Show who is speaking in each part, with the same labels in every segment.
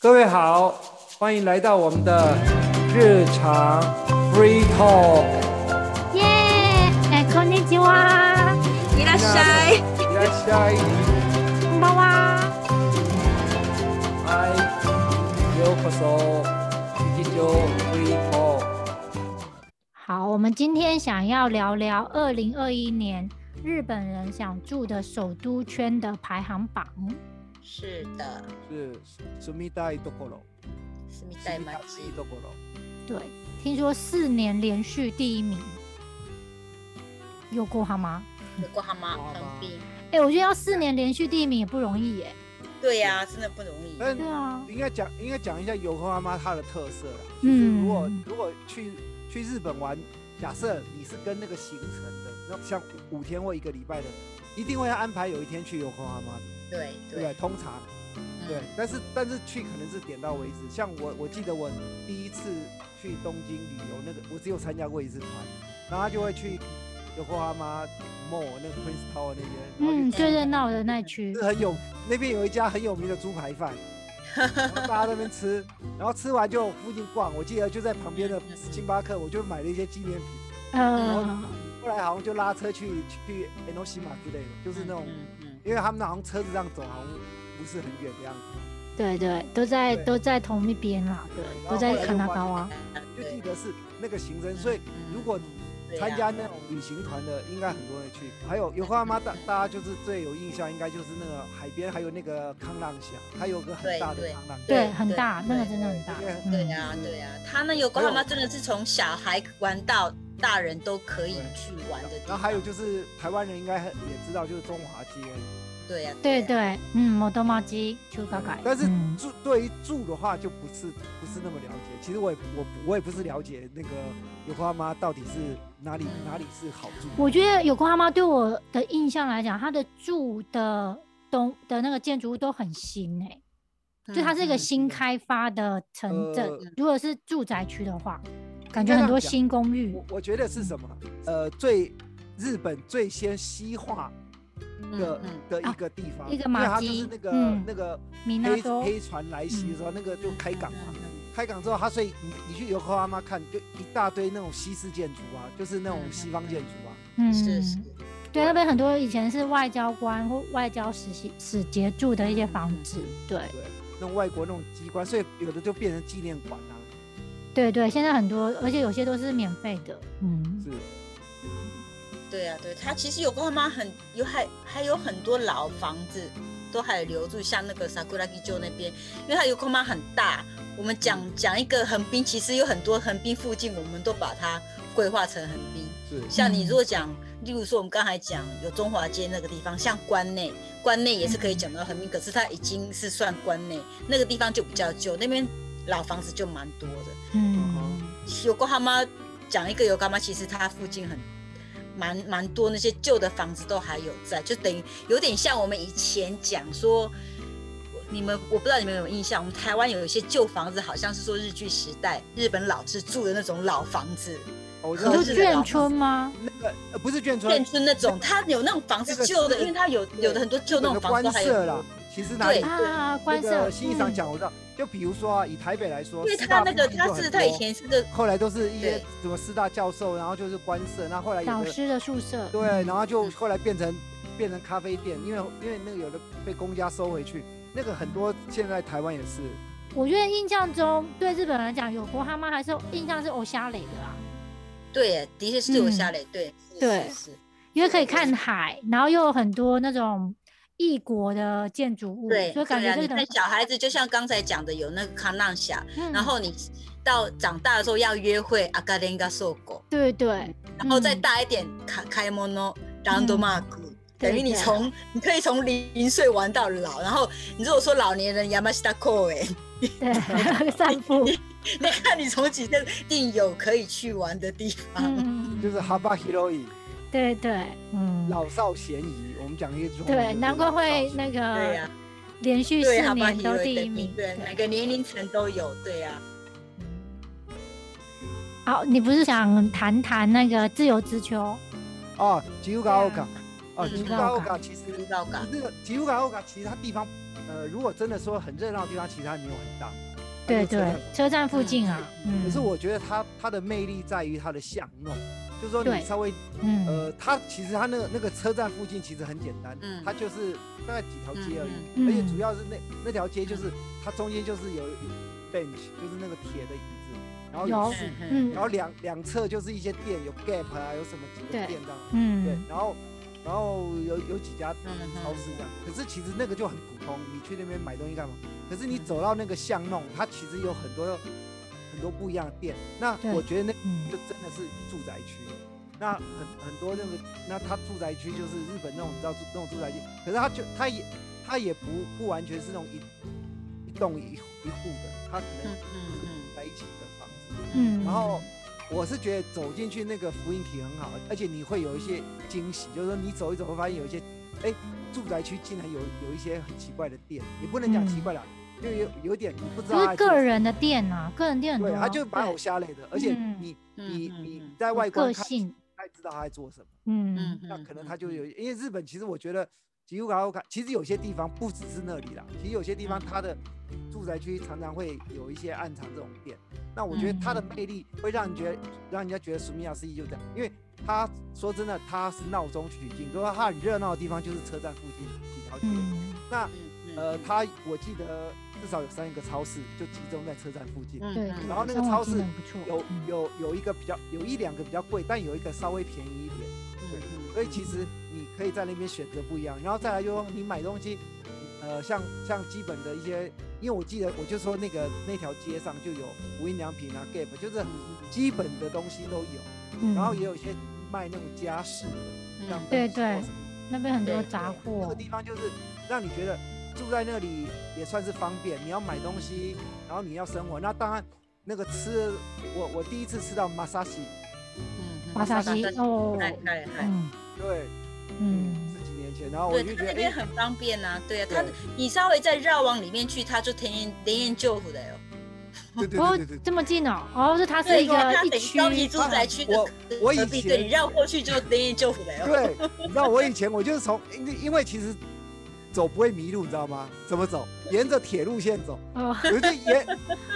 Speaker 1: 各位好，欢迎来到我们的日常 free talk。
Speaker 2: 耶，哎，こんにちは，
Speaker 3: 伊拉塞，
Speaker 1: いらっしゃい。
Speaker 2: こんばんは。
Speaker 1: 嗨，ようこそ。一九 free talk。
Speaker 2: 好，我们今天想要聊聊二零二一年日本人想住的首都圈的排行榜。
Speaker 3: 是的，
Speaker 1: 是住みたいところ。
Speaker 3: 斯密代
Speaker 1: 住み
Speaker 3: 马
Speaker 1: た
Speaker 3: 吉
Speaker 1: い，ところ。
Speaker 2: 对，听说四年连续第一名，有过好吗？
Speaker 3: 有过好吗？
Speaker 1: 横
Speaker 3: 横滨，
Speaker 2: 哎，我觉得要四年连续第一名也不容易耶。
Speaker 3: 对呀、真的不容易。
Speaker 1: 但
Speaker 2: 对啊，
Speaker 1: 应该讲，应该讲一下有空阿妈它的特色啦。就是
Speaker 2: 嗯
Speaker 1: 如果如果去去日本玩，假设你是跟那个行程的，那像五五天或一个礼拜的，一定会要安排有一天去有空阿妈，
Speaker 3: 对
Speaker 1: 对不对？
Speaker 3: 对
Speaker 1: 通常对，但是但是去可能是点到为止。像我我记得我第一次去东京旅游，那个我只有参加过一次团，然后他就会去有空阿妈 mall 那个 Prince Tower 那边，然后去
Speaker 2: 嗯，
Speaker 1: 吃
Speaker 2: 最热闹的那区
Speaker 1: 是，很有那边有一家很有名的猪排饭，然后大家在那边吃，然后吃完就附近逛，我记得就在旁边的星巴克，我就买了一些纪念品，
Speaker 3: 嗯
Speaker 2: 呃，
Speaker 1: 后来好像就拉车去去 e n o s h i m a 之类的，就是那种，
Speaker 3: 嗯嗯
Speaker 1: 因为他们好像车子上走好像不是很远的样子，
Speaker 2: 对对，都在
Speaker 1: 对
Speaker 2: 都在同一边啦，对，
Speaker 1: 然后
Speaker 2: 都在
Speaker 1: 后来
Speaker 2: 卡
Speaker 1: 就
Speaker 2: 纳
Speaker 1: 玩
Speaker 2: 高啊。
Speaker 3: 嗯，
Speaker 1: 就记
Speaker 3: 对，嗯
Speaker 1: 得是那个行程，所以如果
Speaker 3: 对
Speaker 1: 参
Speaker 3: 啊
Speaker 1: 加那种旅行团的，应该很多人去。还有有花妈大大家就是最有印象，应该就是那个海边还有那个康浪峡，它有个很
Speaker 3: 对
Speaker 1: 大的
Speaker 3: 对
Speaker 1: 康浪峡。
Speaker 2: 对，
Speaker 3: 对
Speaker 2: 很
Speaker 3: 对
Speaker 2: 大，那个
Speaker 3: 对
Speaker 2: 真的很大
Speaker 1: 那个。
Speaker 2: 嗯
Speaker 3: 对呀、对呀、他那有过好吗？真的是从小孩玩到大人都可以去玩的地方。
Speaker 1: 然后还有就是台湾人应该很也知道，就是中华街。
Speaker 3: 对呀、
Speaker 2: 对
Speaker 3: 呀，
Speaker 2: 对，嗯，摩多马基丘嘎嘎。
Speaker 1: 但是
Speaker 2: 嗯
Speaker 1: 住、对于住的话，就不是不是那么了解。其实我也我我也不是了解那个有花妈到底是哪里哪里是好住。
Speaker 2: 我觉得有空阿妈对我的印象来讲，她的住的东的那个建筑物都很新诶、
Speaker 3: 嗯
Speaker 2: 就它是一个
Speaker 3: 嗯
Speaker 2: 新开发的城镇
Speaker 1: 呃。
Speaker 2: 如果是住宅区的话，感
Speaker 1: 应
Speaker 2: 觉
Speaker 1: 该
Speaker 2: 很
Speaker 1: 这
Speaker 2: 多
Speaker 1: 样讲
Speaker 2: 新公寓
Speaker 1: 我。我觉得是什么？呃，最日本最先西化的、
Speaker 3: 嗯
Speaker 1: 的一
Speaker 2: 啊
Speaker 1: 个地方，
Speaker 2: 一个
Speaker 1: 因为
Speaker 2: 马
Speaker 1: 它就
Speaker 2: 基
Speaker 1: 是那个、
Speaker 2: 嗯
Speaker 1: 那个
Speaker 2: 米纳
Speaker 1: 黑
Speaker 2: 多
Speaker 1: 黑船来袭的时候，
Speaker 3: 嗯
Speaker 1: 那个就开港嘛。开港之后，它所以你你去游客阿妈看，就一大堆那种西式建筑啊，就是那种
Speaker 3: 嗯嗯
Speaker 1: 西方建筑啊。
Speaker 2: 嗯，
Speaker 3: 是是，
Speaker 2: 对，那边很多以前是外交官或外交使习使节住的一些房子。对
Speaker 1: 对，那种外国那种机关，所以有的就变成纪念馆啊啦、
Speaker 2: 对对，现在很多，而且有些都是免费的。嗯，
Speaker 1: 是，
Speaker 3: 对呀、对，他其实有过好吗？很有还还有很多老房子都还留住，像那个 Sakura k i j o 那边，因为它有空吗很大。我们讲讲一个横滨，其实有很多横滨附近，我们都把它规划成横滨。
Speaker 1: 是
Speaker 3: 像你如果讲，例如说我们刚才讲有中华街那个地方，像关内，关内也是可以讲到横滨，可是它已经是算关内那个地方就比较旧，那边老房子就蛮多的。
Speaker 2: 嗯，
Speaker 1: 哦
Speaker 3: 有过他妈讲一个有干妈，其实它附近很蛮蛮多那些旧的房子都还有在，就等于有点像我们以前讲说。你们我不知道你们有没有印象，我们台湾有一些旧房子，好像是说日据时代日本老是住的那种老房子，
Speaker 1: 哦我知
Speaker 2: 你
Speaker 1: 道
Speaker 2: 说
Speaker 3: 可是这个
Speaker 2: 眷
Speaker 3: 老
Speaker 2: 村吗？
Speaker 1: 那个呃不是眷村
Speaker 3: 眷，村那种，它有那种房
Speaker 1: 那个
Speaker 3: 子旧的，
Speaker 1: 是
Speaker 3: 因为它有
Speaker 1: 对
Speaker 3: 有的很多旧
Speaker 1: 那
Speaker 3: 那种
Speaker 1: 个
Speaker 3: 房
Speaker 1: 官
Speaker 3: 子还有
Speaker 1: 舍啦，其实哪里
Speaker 3: 对
Speaker 2: 啊，
Speaker 1: 那
Speaker 2: 官舍
Speaker 1: 个新一场讲我知道，就比如说啊，以台北来说，
Speaker 3: 嗯因为
Speaker 1: 师
Speaker 3: 它
Speaker 1: 大
Speaker 3: 那个
Speaker 1: 附近就
Speaker 3: 它
Speaker 1: 很
Speaker 3: 是它以
Speaker 1: 多
Speaker 3: 前是个
Speaker 1: 后来都是一些
Speaker 3: 对
Speaker 1: 什么师大教授，然后就是官舍，那后来有
Speaker 2: 老
Speaker 1: 的
Speaker 2: 师的宿舍。
Speaker 1: 对，然后就
Speaker 3: 嗯
Speaker 1: 后来变成变成咖啡店，因为因为那个有的被公家收回去，那个很多现在台湾也是，
Speaker 2: 我觉得印象中对日本人来讲，有国哈妈还是印象是欧虾雷的啊啦，
Speaker 3: 对，的确是有下来，对是
Speaker 2: 对
Speaker 3: 是是
Speaker 2: 因为可以看海，然后又有很多那种异国的建筑物，
Speaker 3: 对，
Speaker 2: 所以感
Speaker 3: 对
Speaker 2: 觉
Speaker 3: 啊
Speaker 2: 这
Speaker 3: 你
Speaker 2: 个
Speaker 3: 看
Speaker 2: 等，
Speaker 3: 小孩子就像刚才讲的有那个康浪峡，
Speaker 2: 嗯
Speaker 3: 然后你到长大的时候要约会啊阿嘎连嘎受狗，
Speaker 2: 对对，
Speaker 3: 然后再
Speaker 2: 嗯
Speaker 3: 大一点卡开莫诺兰多马古。
Speaker 2: 对
Speaker 3: 等于你
Speaker 2: 对
Speaker 3: 从你可以从零岁玩到老，然后你如果说老年人 Yamashita Ko 哎，
Speaker 2: 对 散步，
Speaker 3: 你看你从几岁一定有可以去玩的地方。
Speaker 2: 嗯，
Speaker 1: 就是哈巴 hiroi
Speaker 2: 对对，嗯，
Speaker 1: 老少咸宜，我们讲一句，
Speaker 2: 对，难怪会那
Speaker 3: 对呀、
Speaker 2: 个连续
Speaker 3: 对，啊
Speaker 2: 四
Speaker 3: 好吧，
Speaker 2: 年
Speaker 3: 你
Speaker 2: 都
Speaker 3: 有
Speaker 2: 第
Speaker 3: 的
Speaker 2: 一名，
Speaker 3: 对，每个年龄层都有，对啊呀、
Speaker 2: 好，你不是想谈谈那个自由之丘？
Speaker 1: 哦，吉乌嘎奥卡，哦，
Speaker 3: 嗯
Speaker 2: 啊
Speaker 1: 吉乌嘎奥
Speaker 2: Jiugaoka
Speaker 1: 卡其实
Speaker 2: 啊
Speaker 3: 不知道噶，
Speaker 1: 那个吉乌嘎奥卡其实它地方呃，如果真的说很热闹的地方，其实它没有很大，它
Speaker 2: 对
Speaker 1: 就车站
Speaker 2: 对，车站附近啊，嗯，
Speaker 1: 可是我觉得它它的魅力在于它的巷弄，就是说
Speaker 2: 对
Speaker 1: 你稍微
Speaker 2: 嗯
Speaker 1: 呃，它其实它那个那个车站附近其实很简单，
Speaker 3: 嗯
Speaker 1: 它就是大概几条街而已，
Speaker 2: 嗯
Speaker 1: 而且主要是那那条街就是它中间就是有 bench，就是那个铁的椅子，然后
Speaker 2: 有
Speaker 1: 有树，
Speaker 3: 嗯
Speaker 2: 嗯
Speaker 1: 然后两两侧就是一些店，有 Gap 啊，有什么几
Speaker 2: 对
Speaker 1: 个店这样，对
Speaker 2: 嗯，，
Speaker 1: 然后然后有有几家
Speaker 3: 嗯
Speaker 1: 超市这样，可是其实那个就很普通，你去那边买东西干嘛？可是你走到那个巷弄，它其实有很多很多不一样的店。那
Speaker 2: 对
Speaker 1: 我觉得那
Speaker 2: 嗯
Speaker 1: 就真的是住宅区，那很很多那个，那它住宅区就是日本那种，你知道住那种住宅区，可是它就它也它也不不完全是那种一一栋一一户的，它可能
Speaker 3: 嗯嗯嗯
Speaker 1: 在一起的房子。
Speaker 2: 嗯
Speaker 1: 然后我是觉得走进去那个福音体很好，而且你会有一些惊喜，就是说你走一走会发现有一些，哎，住宅区竟然有有一些很奇怪的店，也不能讲奇怪啦，就有有点你不知道
Speaker 2: 嗯就
Speaker 1: 它
Speaker 2: 是
Speaker 1: 做
Speaker 2: 个
Speaker 1: 什么，
Speaker 2: 人的店啊，个人店很
Speaker 1: 对，
Speaker 2: 多啊，
Speaker 1: 它就蛮偶像类的，而且
Speaker 2: 嗯
Speaker 1: 你
Speaker 3: 嗯
Speaker 1: 你
Speaker 3: 嗯
Speaker 1: 你
Speaker 3: 嗯
Speaker 1: 在
Speaker 2: 有
Speaker 1: 外观
Speaker 2: 个
Speaker 1: 看，
Speaker 2: 性，
Speaker 1: 大概知道他在做什么，
Speaker 2: 嗯
Speaker 3: 嗯，
Speaker 1: 那可能他就有，因为日本其实我觉得吉乌卡卡，其实有些地方不只是那里啦，其实有些地方
Speaker 3: 嗯
Speaker 1: 它的住宅区常常会有一些暗藏这种店，那我
Speaker 2: 嗯
Speaker 1: 觉得它的魅力会让人觉得，让人家觉得苏米亚斯基就在，因为他说真的，他是闹中取静，就是说他很热闹的地方就是车站附近几条街，
Speaker 2: 嗯，
Speaker 1: 那
Speaker 3: 嗯
Speaker 1: 呃，他我记得至少有三个超市就集中在车站附近，
Speaker 2: 对，
Speaker 3: 嗯
Speaker 1: 然后那个
Speaker 2: 生活
Speaker 1: 超
Speaker 2: 机
Speaker 1: 市
Speaker 2: 能不错
Speaker 1: 有
Speaker 2: 嗯
Speaker 1: 有有一个比较有一两个比较贵，但有一个稍微便宜一点。
Speaker 3: 嗯
Speaker 1: 所以其实你可以在那边选择不一样，然后再来就是说你买东西，呃，像像基本的一些，因为我记得我就说那个那条街上就有无印良品啊、Gap，就是基本的东西都有，
Speaker 2: 嗯
Speaker 1: 然后也有一些卖那种家饰的，像
Speaker 3: 嗯
Speaker 2: 对
Speaker 1: 灯
Speaker 2: 对
Speaker 1: 饰或什么
Speaker 2: 那边很多
Speaker 3: 对
Speaker 2: 杂
Speaker 1: 的那个
Speaker 2: 货，
Speaker 1: 地方就是让你觉得住在那里也算是方便，你要买东西，然后你要生活，那当然那个吃，我我第一次吃到 masashi，
Speaker 2: 巴萨西哦，
Speaker 3: 嗨嗨嗨。
Speaker 2: 嗯
Speaker 1: 对，
Speaker 2: 嗯，
Speaker 1: 十几年前，然后我
Speaker 3: 哎对，
Speaker 1: 就觉得
Speaker 3: 它那
Speaker 1: 哎。
Speaker 3: 边很方便呐、对啊，它
Speaker 1: 对
Speaker 3: 你稍微再绕往里面去，它就田园田园救府的哟。
Speaker 1: 对对
Speaker 2: 哦
Speaker 1: 对对，对，
Speaker 2: 这么近哦，哦，是它是
Speaker 3: 对
Speaker 2: 一
Speaker 3: 啊
Speaker 2: 个
Speaker 3: 它
Speaker 2: 一
Speaker 3: 等于
Speaker 2: 区，
Speaker 3: 高级住宅区的
Speaker 1: 啊我我以
Speaker 3: 隔壁，
Speaker 1: 前
Speaker 3: 对你绕过去就田园救府的哦哟。
Speaker 1: 对，你知道我以前我就是从，因为因为其实走不会迷路，你知道吗？怎么走？沿着铁路线走，
Speaker 2: 哦，
Speaker 1: 我就沿，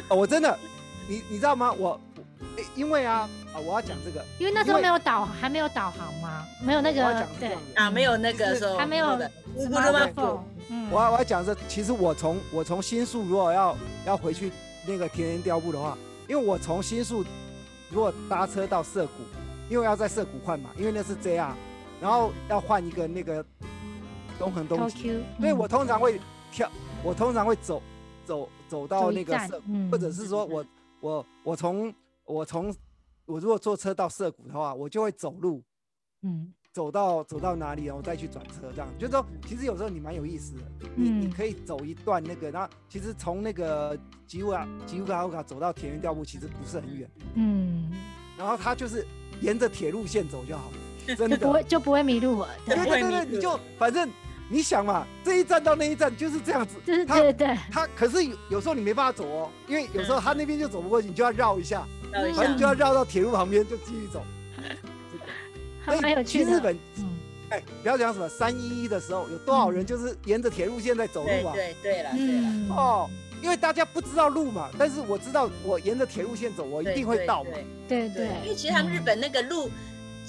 Speaker 1: 哦我真的，你你知道吗？我，我诶因为啊啊，我要讲这个，
Speaker 2: 因为那时候没有导，还没有导航嘛，没有那
Speaker 1: 我要
Speaker 2: 个
Speaker 1: 讲是这
Speaker 2: 对
Speaker 1: 样，的。
Speaker 3: 啊，没有那个时候，
Speaker 2: 还没有
Speaker 3: 的，乌
Speaker 2: 什
Speaker 3: 布
Speaker 2: 么
Speaker 3: 鲁曼
Speaker 2: iPhone，嗯，
Speaker 1: 我要我要讲是，其实我从我从新宿如果要要回去那个田园调布的话，因为我从新宿如果搭车到涩谷，因为要在涩谷换嘛，因为那是 JR，然后要换一个那个东横东京。
Speaker 2: Tokyo，
Speaker 1: 所以我
Speaker 2: 嗯
Speaker 1: 通常会跳，我通常会走走走到
Speaker 2: 走一
Speaker 1: 那个
Speaker 2: 站
Speaker 1: 涩谷，
Speaker 2: 嗯
Speaker 1: 或者是说我我我从我从我如果坐车到涩谷的话，我就会走路
Speaker 2: 嗯
Speaker 1: 走到走到哪里，然后再去转车，这样就是说，其实有时候你蛮有意思的，你、你
Speaker 2: 嗯
Speaker 1: 可以走一段那个，然后其实从那个吉乌卡吉乌卡奥卡走到田园调布其实不是很远，
Speaker 2: 嗯，
Speaker 1: 然后它就是沿着铁路线走就好了， 真
Speaker 2: 就
Speaker 1: 的
Speaker 2: 不会就不会迷路了，
Speaker 1: 对
Speaker 2: 对，
Speaker 3: 不
Speaker 1: 对对
Speaker 3: 会迷
Speaker 1: 对，你
Speaker 3: 路
Speaker 1: 就反正你想嘛，这一站到那一站就是这样子，
Speaker 2: 就是
Speaker 1: 它
Speaker 2: 对对对，
Speaker 1: 他可是有有时候你没办法走哦，因为有时
Speaker 2: 嗯
Speaker 1: 候他那边就走不过去，你就要绕一下，
Speaker 3: 绕一
Speaker 1: 反
Speaker 3: 下
Speaker 1: 正
Speaker 2: 啊
Speaker 1: 你就要绕到铁路旁边就继续走。
Speaker 2: 还蛮有
Speaker 1: 去
Speaker 2: 趣
Speaker 1: 日
Speaker 2: 的，
Speaker 1: 本，
Speaker 2: 嗯
Speaker 1: 哎，不要讲什么三一一的时候，有多少人就是沿着铁路线在走
Speaker 3: 对
Speaker 1: 路啊？
Speaker 3: 嗯对对了对了，
Speaker 2: 嗯，
Speaker 1: 哦，因为大家不知道路嘛，但是我知道我沿着铁路线走，我一
Speaker 3: 对
Speaker 1: 定会
Speaker 3: 对
Speaker 1: 到嘛。
Speaker 2: 对
Speaker 3: 对对
Speaker 2: 对，，
Speaker 3: 因为其实他们日本那个路。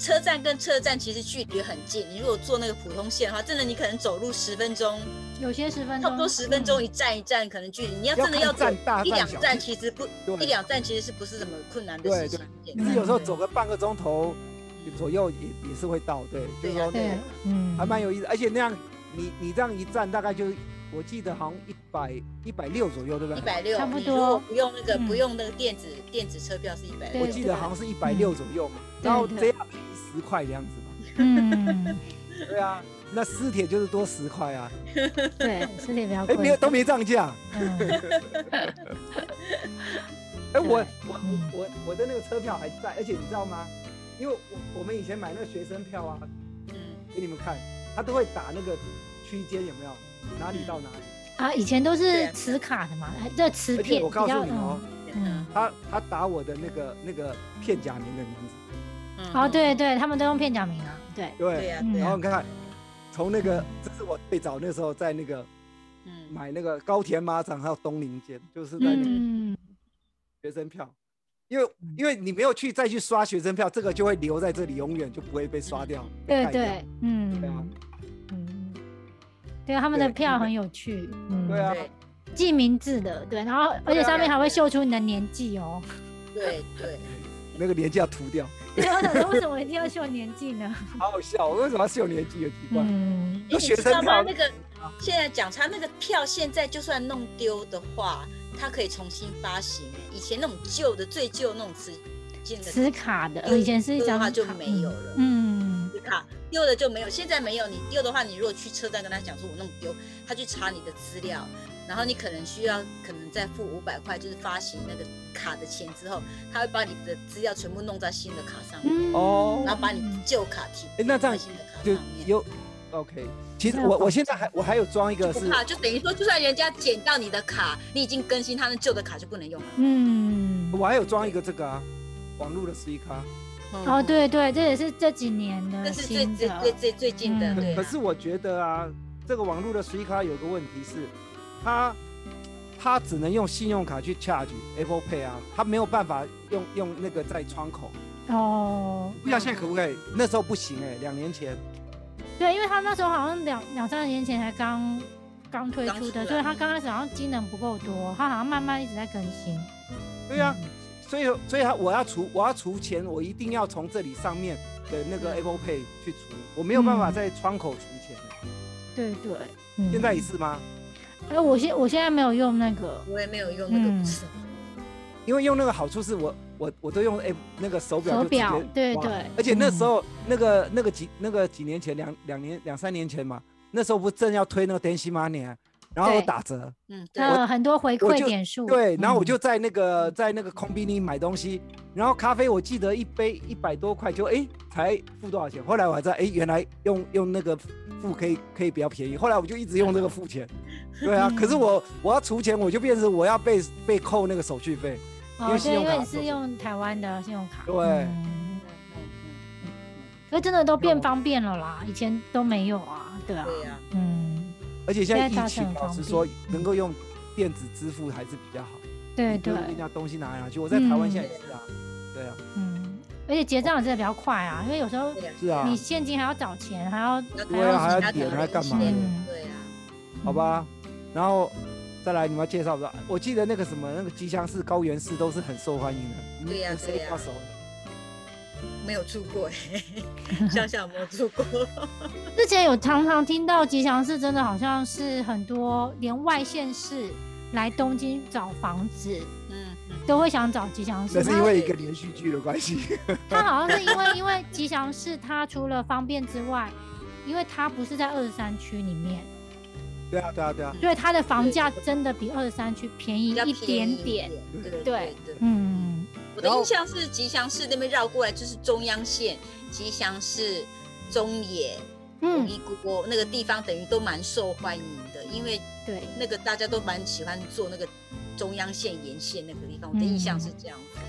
Speaker 3: 车站跟车站其实距离很近，你如果坐那个普通线的话，真的你可能走路十分钟，
Speaker 2: 嗯有些十分钟，
Speaker 3: 差不多十分钟
Speaker 2: 嗯
Speaker 3: 一站一站，可能距离你要
Speaker 1: 要
Speaker 3: 真的要
Speaker 1: 看
Speaker 3: 走
Speaker 1: 站大
Speaker 3: 一
Speaker 1: 站
Speaker 3: 两
Speaker 1: 小
Speaker 3: 站，其实不
Speaker 1: 对
Speaker 3: 一两站其实是不是什么困难的
Speaker 1: 对
Speaker 3: 事情
Speaker 1: 对？
Speaker 3: 简
Speaker 1: 其
Speaker 3: 单
Speaker 1: 实有时候
Speaker 3: 对
Speaker 1: 走个半个钟头左右也也是会到，对，就是说那
Speaker 2: 对
Speaker 1: 个，
Speaker 2: 嗯，
Speaker 1: 还蛮有意思，而且那样你你这样一站大概就我记得好像一百一百六左右，对不
Speaker 3: 一
Speaker 1: 对？
Speaker 3: 百六，
Speaker 2: 差不
Speaker 3: 你如果
Speaker 2: 多
Speaker 3: 不用那个、
Speaker 2: 嗯
Speaker 3: 不用那个电子电子车票是一百
Speaker 1: 我
Speaker 3: 六
Speaker 2: 对，
Speaker 1: 记得好像是一百六左右嘛，
Speaker 3: 嗯
Speaker 1: 然后这
Speaker 2: 对
Speaker 1: 样便宜十块的样子嘛。
Speaker 2: 嗯，
Speaker 1: 对啊，那私铁就是多十块啊，
Speaker 2: 对，是也比较
Speaker 1: 哎、
Speaker 2: 贵，
Speaker 1: 没有都没涨价。
Speaker 2: 嗯，
Speaker 1: 哎、我
Speaker 2: 对
Speaker 1: 我
Speaker 2: 嗯
Speaker 1: 我我的那个车票还在，而且你知道吗？因为我我们以前买那个学生票啊，
Speaker 3: 嗯，
Speaker 1: 给你们看，他都会打那个区间有没有，哪里到哪里。
Speaker 2: 啊，以前都
Speaker 3: 对
Speaker 2: 是
Speaker 3: 啊
Speaker 2: 磁卡的嘛，呃这磁
Speaker 1: 而且
Speaker 2: 片
Speaker 1: 我
Speaker 2: 比
Speaker 1: 告
Speaker 2: 较
Speaker 1: 诉你哦
Speaker 2: 嗯，嗯，
Speaker 1: 他他打我的那个那个片假名的名字，
Speaker 3: 嗯
Speaker 2: 哦，对对，他们都用片假名啊，对，
Speaker 1: 对。
Speaker 3: 对呀、啊
Speaker 2: 嗯
Speaker 3: 对
Speaker 1: 然
Speaker 3: 呀、
Speaker 1: 后你看，从那个这是我最早那时候在那个
Speaker 3: 嗯，
Speaker 1: 买那个高田马场还有东林间，就是在那个
Speaker 2: 嗯，
Speaker 1: 学生票，因为因为你没有去再去刷学生票，这个就会留在这里，永远就不会被刷掉。被
Speaker 2: 对
Speaker 1: 盖掉
Speaker 2: 对，嗯，
Speaker 1: 对啊
Speaker 2: 嗯，对啊，他们的
Speaker 1: 对
Speaker 2: 票
Speaker 1: 因为
Speaker 2: 很有趣，嗯，
Speaker 1: 对啊啊
Speaker 3: 对
Speaker 2: 记名字的，对，然后而且上面还会秀出你的年纪哦。
Speaker 3: 对对，
Speaker 1: 那个年纪要涂掉，
Speaker 2: 对，我想说为什么一定要秀年纪呢？
Speaker 1: 好好笑。我为什么要秀年纪？有奇怪。
Speaker 2: 嗯，
Speaker 1: 那
Speaker 3: 诶
Speaker 1: 学
Speaker 3: 哎你知
Speaker 1: 生
Speaker 3: 道
Speaker 1: 票
Speaker 3: 吗？那个现在讲他那个票，现在就算弄丢的话，它可以重新发行。以前那种旧的、最旧那种磁性的
Speaker 2: 磁卡的，
Speaker 3: 丢
Speaker 2: 以前是一
Speaker 3: 丢
Speaker 2: 张
Speaker 3: 的
Speaker 2: 卡
Speaker 3: 话就没有了
Speaker 2: 嗯，
Speaker 3: 磁卡丢了就没有，现在没有。你丢的话，你如果去车站跟他讲说我弄丢，他去查你的资料，然后你可能需要可能再付五百块，就是发行那个卡的钱之后，他会把你的资料全部弄在新的卡上面，
Speaker 2: 嗯
Speaker 1: 哦
Speaker 3: 然后把你旧卡提
Speaker 1: 哎，那这
Speaker 3: 到
Speaker 1: 样
Speaker 3: 新的卡
Speaker 1: 就
Speaker 3: 上面。
Speaker 1: 有 OK。其实
Speaker 2: 没有
Speaker 1: 我
Speaker 2: 房
Speaker 1: 我现在还我还有装一个
Speaker 3: 不
Speaker 1: 是
Speaker 3: 怕，就等于说，就算人家捡到你的卡，你已经更新他那旧的卡就不能用了。
Speaker 2: 嗯，
Speaker 1: 我还有装一个这个啊，网络的 C 卡。
Speaker 2: 哦，，对对，这也是这几年的
Speaker 3: 这是最
Speaker 2: 新
Speaker 3: 最
Speaker 2: 的
Speaker 3: 最，最最近的，
Speaker 2: 嗯
Speaker 3: 对啊。
Speaker 1: 可是我觉得啊，这个网络的 C 卡有个问题是，它它只能用信用卡去 charge Apple Pay 啊，它没有办法用用那个在窗口。
Speaker 2: 哦，
Speaker 1: 不知道现在可不可以？那时候不行哎、两年前。
Speaker 2: 对，因为他那时候好像两两三年前才刚刚推
Speaker 3: 刚
Speaker 2: 出
Speaker 3: 出
Speaker 2: 的，
Speaker 3: 来
Speaker 2: 所以他刚开始好像机能不够多，他好像慢慢一直在更新。嗯
Speaker 1: 对
Speaker 3: 嗯
Speaker 1: 呀、所以所以它我要除我要除钱，我一定要从这里上面的那个
Speaker 3: 嗯
Speaker 1: Apple Pay 去除，我没有办法
Speaker 2: 嗯
Speaker 1: 在窗口除钱欸、
Speaker 2: 对对，嗯
Speaker 1: 现在也，是吗？
Speaker 2: 哎，我现我现在没有用那个，
Speaker 3: 我也没有用那个，
Speaker 2: 嗯
Speaker 3: 不是
Speaker 1: 因为用那个好处是我我我都用 A 那个手表
Speaker 2: 手
Speaker 1: 就直接
Speaker 2: 表对
Speaker 1: 哇
Speaker 2: 对
Speaker 1: 而且那时
Speaker 2: 嗯
Speaker 1: 候、那个那个几那个几年前两两年两三年前嘛，那时候不是正要推那个 d a n c y Money，啊然后
Speaker 2: 对
Speaker 1: 打折，
Speaker 3: 嗯，对，
Speaker 2: 呃，很多回
Speaker 1: 我
Speaker 2: 馈
Speaker 1: 就
Speaker 2: 点数。
Speaker 1: 对，然后我
Speaker 2: 嗯
Speaker 1: 就在那个在那个 c o n b i n 买东西，然后咖啡我记得一杯一百多块就哎才付多少钱，后来我还知道哎原来用用那个付可以可以比较便宜，后来我就一直用这个付钱，对
Speaker 2: 嗯
Speaker 1: 啊，可是我我要除钱我就变成我要被被扣那个手续费，因
Speaker 2: 哦，
Speaker 1: 为信用
Speaker 2: 对，因
Speaker 1: 卡
Speaker 2: 为
Speaker 1: 的
Speaker 2: 你
Speaker 1: 时候
Speaker 2: 是用台湾的信用卡，
Speaker 1: 对
Speaker 2: 嗯
Speaker 3: 嗯嗯
Speaker 2: 可真的都变
Speaker 1: 用
Speaker 2: 方便了啦，以前都没有啊，对
Speaker 3: 嗯，
Speaker 2: 啊，
Speaker 3: 对呀，
Speaker 2: 嗯，
Speaker 1: 而且现在
Speaker 2: 现在
Speaker 1: 疫
Speaker 2: 搭乘
Speaker 1: 情
Speaker 2: 很
Speaker 1: 老
Speaker 2: 方
Speaker 1: 实
Speaker 2: 便
Speaker 1: 说
Speaker 2: 嗯
Speaker 1: 能够用电子支付还是比较好，
Speaker 2: 对
Speaker 1: 你就
Speaker 2: 对
Speaker 1: 是，人家东西拿来拿去，我在台湾
Speaker 2: 嗯
Speaker 1: 现在也是啊，对啊
Speaker 2: 嗯，而且结账也真的比较快啊，因为有时候
Speaker 3: 对呀，
Speaker 1: 是啊
Speaker 2: 你，现金还要找钱，还要
Speaker 3: 要
Speaker 1: 对啊还要
Speaker 3: 其他
Speaker 1: 点
Speaker 3: 的
Speaker 1: 还要干嘛
Speaker 3: 东西
Speaker 2: 的
Speaker 3: 对啊呀，
Speaker 1: 好吧，然后再来你们要介绍吧。我记得那个什么那个吉祥寺、高原寺都是很受欢迎的，你
Speaker 3: 对呀
Speaker 1: 你
Speaker 3: 对
Speaker 1: 谁
Speaker 3: 呀
Speaker 1: 不熟的？
Speaker 3: 没有住 过，嘿嘿想想有没有住过，
Speaker 2: 之前有常常听到吉祥寺真的好像是很多连外县市来东京找房子
Speaker 3: 嗯嗯，
Speaker 2: 都会想找吉祥寺
Speaker 1: 那，是因为一个连续剧的关系。
Speaker 2: 它好像是因为因为吉祥寺它除了方便之外，因为它不是在二十三区里面，
Speaker 1: 对啊对啊对啊，
Speaker 2: 所以它的房价真的比二十三区便宜
Speaker 3: 比较
Speaker 2: 一
Speaker 3: 便宜
Speaker 2: 点
Speaker 3: 一
Speaker 2: 点
Speaker 3: 点。，对对
Speaker 2: 对
Speaker 3: 对对。
Speaker 2: 嗯，
Speaker 3: 我的
Speaker 1: 然后
Speaker 3: 印象是吉祥寺那边绕过来就是中央线，吉祥寺、中野、五
Speaker 2: 嗯，
Speaker 3: 一国那个地方，等于都蛮受欢迎的，因为
Speaker 2: 对，
Speaker 3: 那个大家都蛮喜欢坐那个中央线沿线那个地方，我的印象
Speaker 2: 嗯
Speaker 3: 是这样子。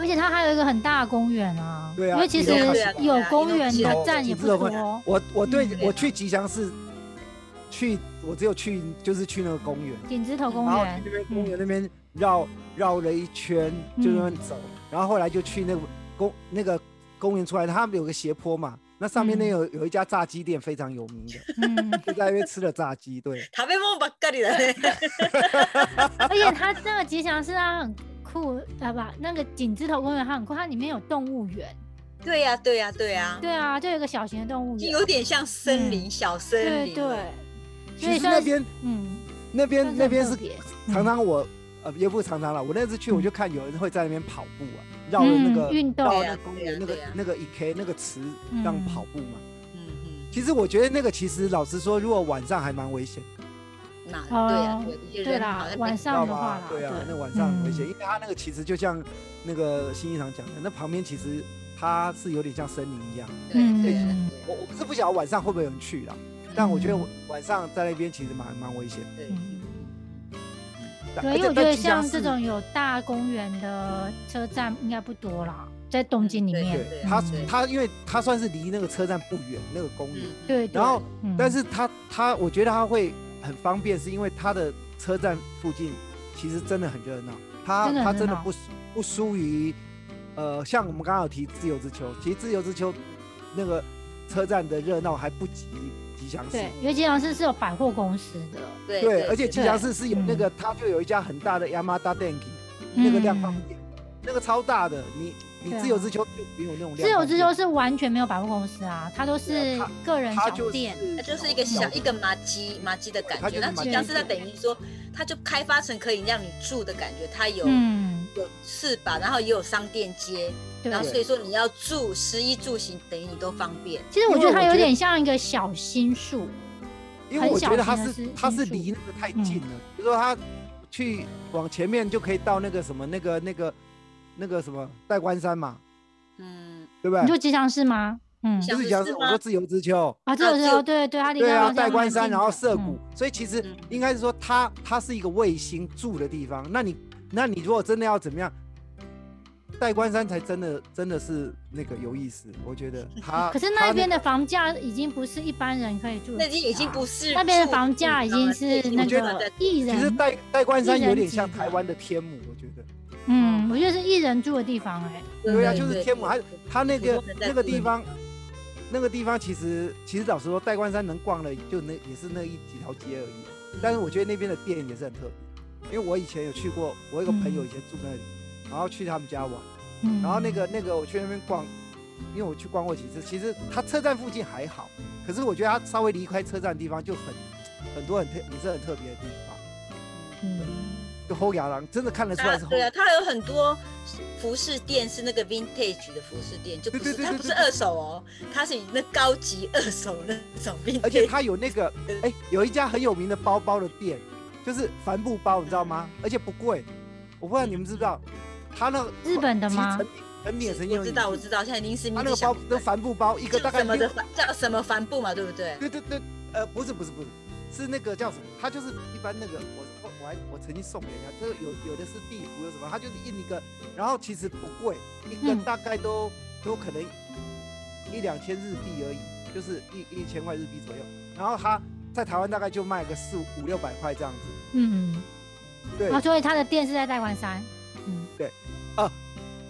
Speaker 2: 而且它还有一个很大的公园啊，
Speaker 1: 对啊
Speaker 2: 因为其实
Speaker 1: 对啊
Speaker 3: 对啊对啊
Speaker 2: 有公园
Speaker 3: 一
Speaker 2: 的
Speaker 3: 弄
Speaker 2: 站也不多，
Speaker 1: 我我对
Speaker 3: 嗯
Speaker 1: 我去吉祥寺，去我只有去就是去那个公园，
Speaker 2: 顶子头公
Speaker 1: 然后
Speaker 2: 园
Speaker 1: 去那边，公
Speaker 2: 嗯
Speaker 1: 园那边绕绕了一圈，就那边走，然后后来就去那个公那个公园出来，它有个斜坡嘛，那上面那
Speaker 2: 嗯
Speaker 1: 有有一家炸鸡店非常有名的，
Speaker 2: 嗯，
Speaker 1: 就在那边吃了炸鸡， 对。
Speaker 3: 食べ物ばっかりだね。
Speaker 2: 而且它那个吉祥寺它很酷，啊不，那个景之头公园它很酷，它里面有动物园，
Speaker 3: 对呀、对呀、对呀、
Speaker 2: 对啊，就有一个小型的动物
Speaker 3: 就
Speaker 2: 园，
Speaker 3: 有点像森林、小森
Speaker 2: 嗯对
Speaker 3: 林。
Speaker 2: 对，所
Speaker 1: 其
Speaker 2: 以
Speaker 1: 实
Speaker 2: 算
Speaker 1: 那
Speaker 2: 是
Speaker 1: 边
Speaker 2: 嗯，
Speaker 1: 那
Speaker 2: 算
Speaker 1: 边
Speaker 2: 是
Speaker 1: 那
Speaker 2: 很
Speaker 1: 边
Speaker 2: 特
Speaker 1: 是
Speaker 2: 别
Speaker 1: 常
Speaker 2: 嗯
Speaker 1: 常我呃也不是常常了，我那次去我就看有人会在那边跑步啊，绕着那
Speaker 2: 嗯
Speaker 1: 个
Speaker 2: 运动
Speaker 1: 绕
Speaker 3: 对
Speaker 1: 那
Speaker 3: 啊
Speaker 1: 个公
Speaker 3: 对
Speaker 1: 园
Speaker 3: 啊
Speaker 1: 那个
Speaker 3: 对啊
Speaker 1: 那个 E K 那个池让
Speaker 2: 嗯
Speaker 1: 跑步嘛。
Speaker 3: 嗯
Speaker 1: 其实我觉得那个其实老实说，如果晚上还蛮危险，知
Speaker 3: 嗯，那
Speaker 2: 哦
Speaker 3: 对呀、对，一些
Speaker 2: 对
Speaker 3: 人
Speaker 2: 啦
Speaker 3: 好，
Speaker 2: 晚
Speaker 3: 像
Speaker 1: 道
Speaker 3: 被
Speaker 2: 上的话
Speaker 1: 吗
Speaker 2: 啦，？
Speaker 1: 对啊，那晚
Speaker 2: 嗯
Speaker 1: 上很危险，因为它那个其实就像那个新一堂讲的，那旁边其实它是有点像森林一样。
Speaker 3: 对
Speaker 2: 嗯
Speaker 3: 对
Speaker 2: 嗯
Speaker 1: 我我是不晓得晚上会不会有人去啦，但我觉
Speaker 3: 嗯
Speaker 1: 得晚上在那边其实蛮蛮危险的。
Speaker 3: 对对
Speaker 2: 嗯
Speaker 1: 但
Speaker 2: 对，
Speaker 1: 而
Speaker 2: 因
Speaker 1: 且
Speaker 2: 为我觉
Speaker 1: 但
Speaker 2: 得
Speaker 1: 吉祥
Speaker 2: 像这
Speaker 1: 寺
Speaker 2: 种有大公园的车站应该不多啦，在东京里
Speaker 3: 对
Speaker 2: 面。
Speaker 1: 对
Speaker 3: 对
Speaker 1: 它
Speaker 3: 对
Speaker 1: 它因为它算是离那个车站不远那个公园。
Speaker 3: 嗯，
Speaker 2: 对，
Speaker 1: 然后
Speaker 2: 嗯
Speaker 1: 但是他他，我觉得他会很方便，是因为它的车站附近其实真的很热闹，它
Speaker 2: 真的很
Speaker 1: 它真的
Speaker 2: 热闹
Speaker 1: 不输不输于呃，像我们刚刚有提自由之丘，其实自由之丘那个车站的热闹还不及吉祥寺。
Speaker 2: 对，因为吉祥寺是有百货公司的，
Speaker 3: 对
Speaker 1: 对，而且吉祥寺是有
Speaker 2: 嗯
Speaker 1: 那个，它就有一家很大的 Yamada Denki，那个量贩
Speaker 2: 嗯
Speaker 1: 店，那个超大的，你你
Speaker 2: 对啊
Speaker 1: 自由之丘就没有那种量贩店。
Speaker 2: 自由之丘是完全没有百货公司啊，它都
Speaker 1: 对
Speaker 2: 是
Speaker 1: 啊
Speaker 2: 个人
Speaker 1: 它
Speaker 2: 小
Speaker 1: 就
Speaker 2: 店。
Speaker 3: 它就是一个小
Speaker 2: 嗯
Speaker 3: 一个麻鸡麻鸡的感
Speaker 1: 它就是
Speaker 3: 觉，那
Speaker 1: 麻
Speaker 3: 吉
Speaker 2: 鸡
Speaker 3: 祥寺它等于说，它就开发成可以让你住的感觉，它有、
Speaker 2: 嗯，
Speaker 3: 有翅膀，然后也有商店街，
Speaker 2: 对
Speaker 3: 然。后所以说你要住食衣住行等于你都方便。
Speaker 2: 其实我
Speaker 1: 因
Speaker 2: 觉
Speaker 1: 为
Speaker 2: 得它
Speaker 1: 我
Speaker 2: 有
Speaker 1: 觉得
Speaker 2: 点像一个小心树，
Speaker 1: 因为我觉得它
Speaker 2: 很小型
Speaker 1: 是
Speaker 2: 的
Speaker 1: 它是
Speaker 2: 因素
Speaker 1: 离那个
Speaker 2: 嗯
Speaker 1: 太近了，比如说它去往前面就可以到那个什么那个那个那个什么代官山嘛，
Speaker 3: 嗯，
Speaker 1: 对不
Speaker 2: 你
Speaker 1: 对
Speaker 2: 说？吉祥寺吗？嗯
Speaker 3: 吉祥
Speaker 1: 就
Speaker 3: 寺
Speaker 1: 是讲
Speaker 3: 是吗
Speaker 1: 我说自由之丘，
Speaker 2: 啊，这个
Speaker 3: 自由
Speaker 2: 是对对，它离
Speaker 1: 对
Speaker 2: 高
Speaker 1: 啊，
Speaker 2: 雄
Speaker 1: 代官
Speaker 2: 蛮
Speaker 1: 山，
Speaker 2: 近
Speaker 1: 然后
Speaker 2: 的
Speaker 1: 涩
Speaker 2: 嗯
Speaker 1: 谷，所以其实
Speaker 3: 嗯
Speaker 1: 应该是说它它是一个卫星住的地方。那你那你如果真的要怎么样，代官山才真的真的是那个有意思，我觉 得它。
Speaker 2: 可是
Speaker 1: 它
Speaker 2: 那边的房价已经不是一般人可以住得起啊，
Speaker 3: 那已经已经不是
Speaker 2: 那边的
Speaker 3: 住嗯
Speaker 2: 房价已经是那
Speaker 1: 我觉得
Speaker 2: 个
Speaker 1: 其
Speaker 2: 艺
Speaker 1: 实
Speaker 2: 人，嗯
Speaker 1: 代代官山
Speaker 2: 一人
Speaker 1: 有点
Speaker 2: 级
Speaker 1: 像
Speaker 2: 的
Speaker 1: 台湾的天母，我觉得。
Speaker 2: 嗯，我觉得是艺人住的地方哎，
Speaker 1: 对啊，就是天母，它
Speaker 3: 还
Speaker 1: 它那
Speaker 3: 普
Speaker 1: 个
Speaker 3: 通人在
Speaker 1: 那个
Speaker 3: 住
Speaker 1: 地
Speaker 3: 的
Speaker 1: 方，那个地方其实其实老实说，代官山能逛的就那也是那一几条街而
Speaker 3: 嗯
Speaker 1: 已。但是我觉得那边的店也是很特别，因为我以前有去过，我有一个朋友以前住那里，然后去他们家玩，
Speaker 2: 嗯，
Speaker 1: 然后那个那个我去那边逛，因为我去逛过几次，其实它车站附近还好，可是我觉得它稍微离开车站的地方就很很多很特也是很特别的地方，
Speaker 2: 嗯
Speaker 1: 就后牙郎真的看得出来是后
Speaker 3: 对啊，它有很多服饰店是那个 vintage 的服饰店，就不
Speaker 1: 对
Speaker 3: 是
Speaker 1: 对对
Speaker 3: 它
Speaker 1: 对
Speaker 3: 不
Speaker 1: 对
Speaker 3: 是二手哦，它是那高级二手那种 vintage，
Speaker 1: 而且它有那个，哎、有一家很有名的包包的店，就是帆布包，你知道吗？而且不贵，我不
Speaker 3: 嗯
Speaker 1: 知道你们知不知道，它那个
Speaker 2: 日本的
Speaker 1: 其实
Speaker 2: 吗
Speaker 1: 成品成品也曾经
Speaker 3: 我知道我知道，现在临时
Speaker 1: 它那
Speaker 3: 名字
Speaker 1: 个
Speaker 3: 想
Speaker 1: 包
Speaker 3: 不起
Speaker 1: 的
Speaker 3: 来
Speaker 1: 帆布包一个
Speaker 3: 就
Speaker 1: 大概
Speaker 3: 什么的
Speaker 1: 六，
Speaker 3: 帆叫什么帆布嘛，对不对？
Speaker 1: 对对对，呃，不是不是不是，是那个叫什么？它就是一般那个，我我我还我曾经送给人家，就是有有的是地服，有什么，它就是印一个，然后其实不贵，一个
Speaker 2: 嗯
Speaker 1: 大概都、都可能一两千日币而已，就是一一千块日币左右，然后它。在台湾大概就卖个四五五六百块这样子，
Speaker 2: 嗯，
Speaker 1: 对，
Speaker 2: 啊，所以他的店是在代官山，嗯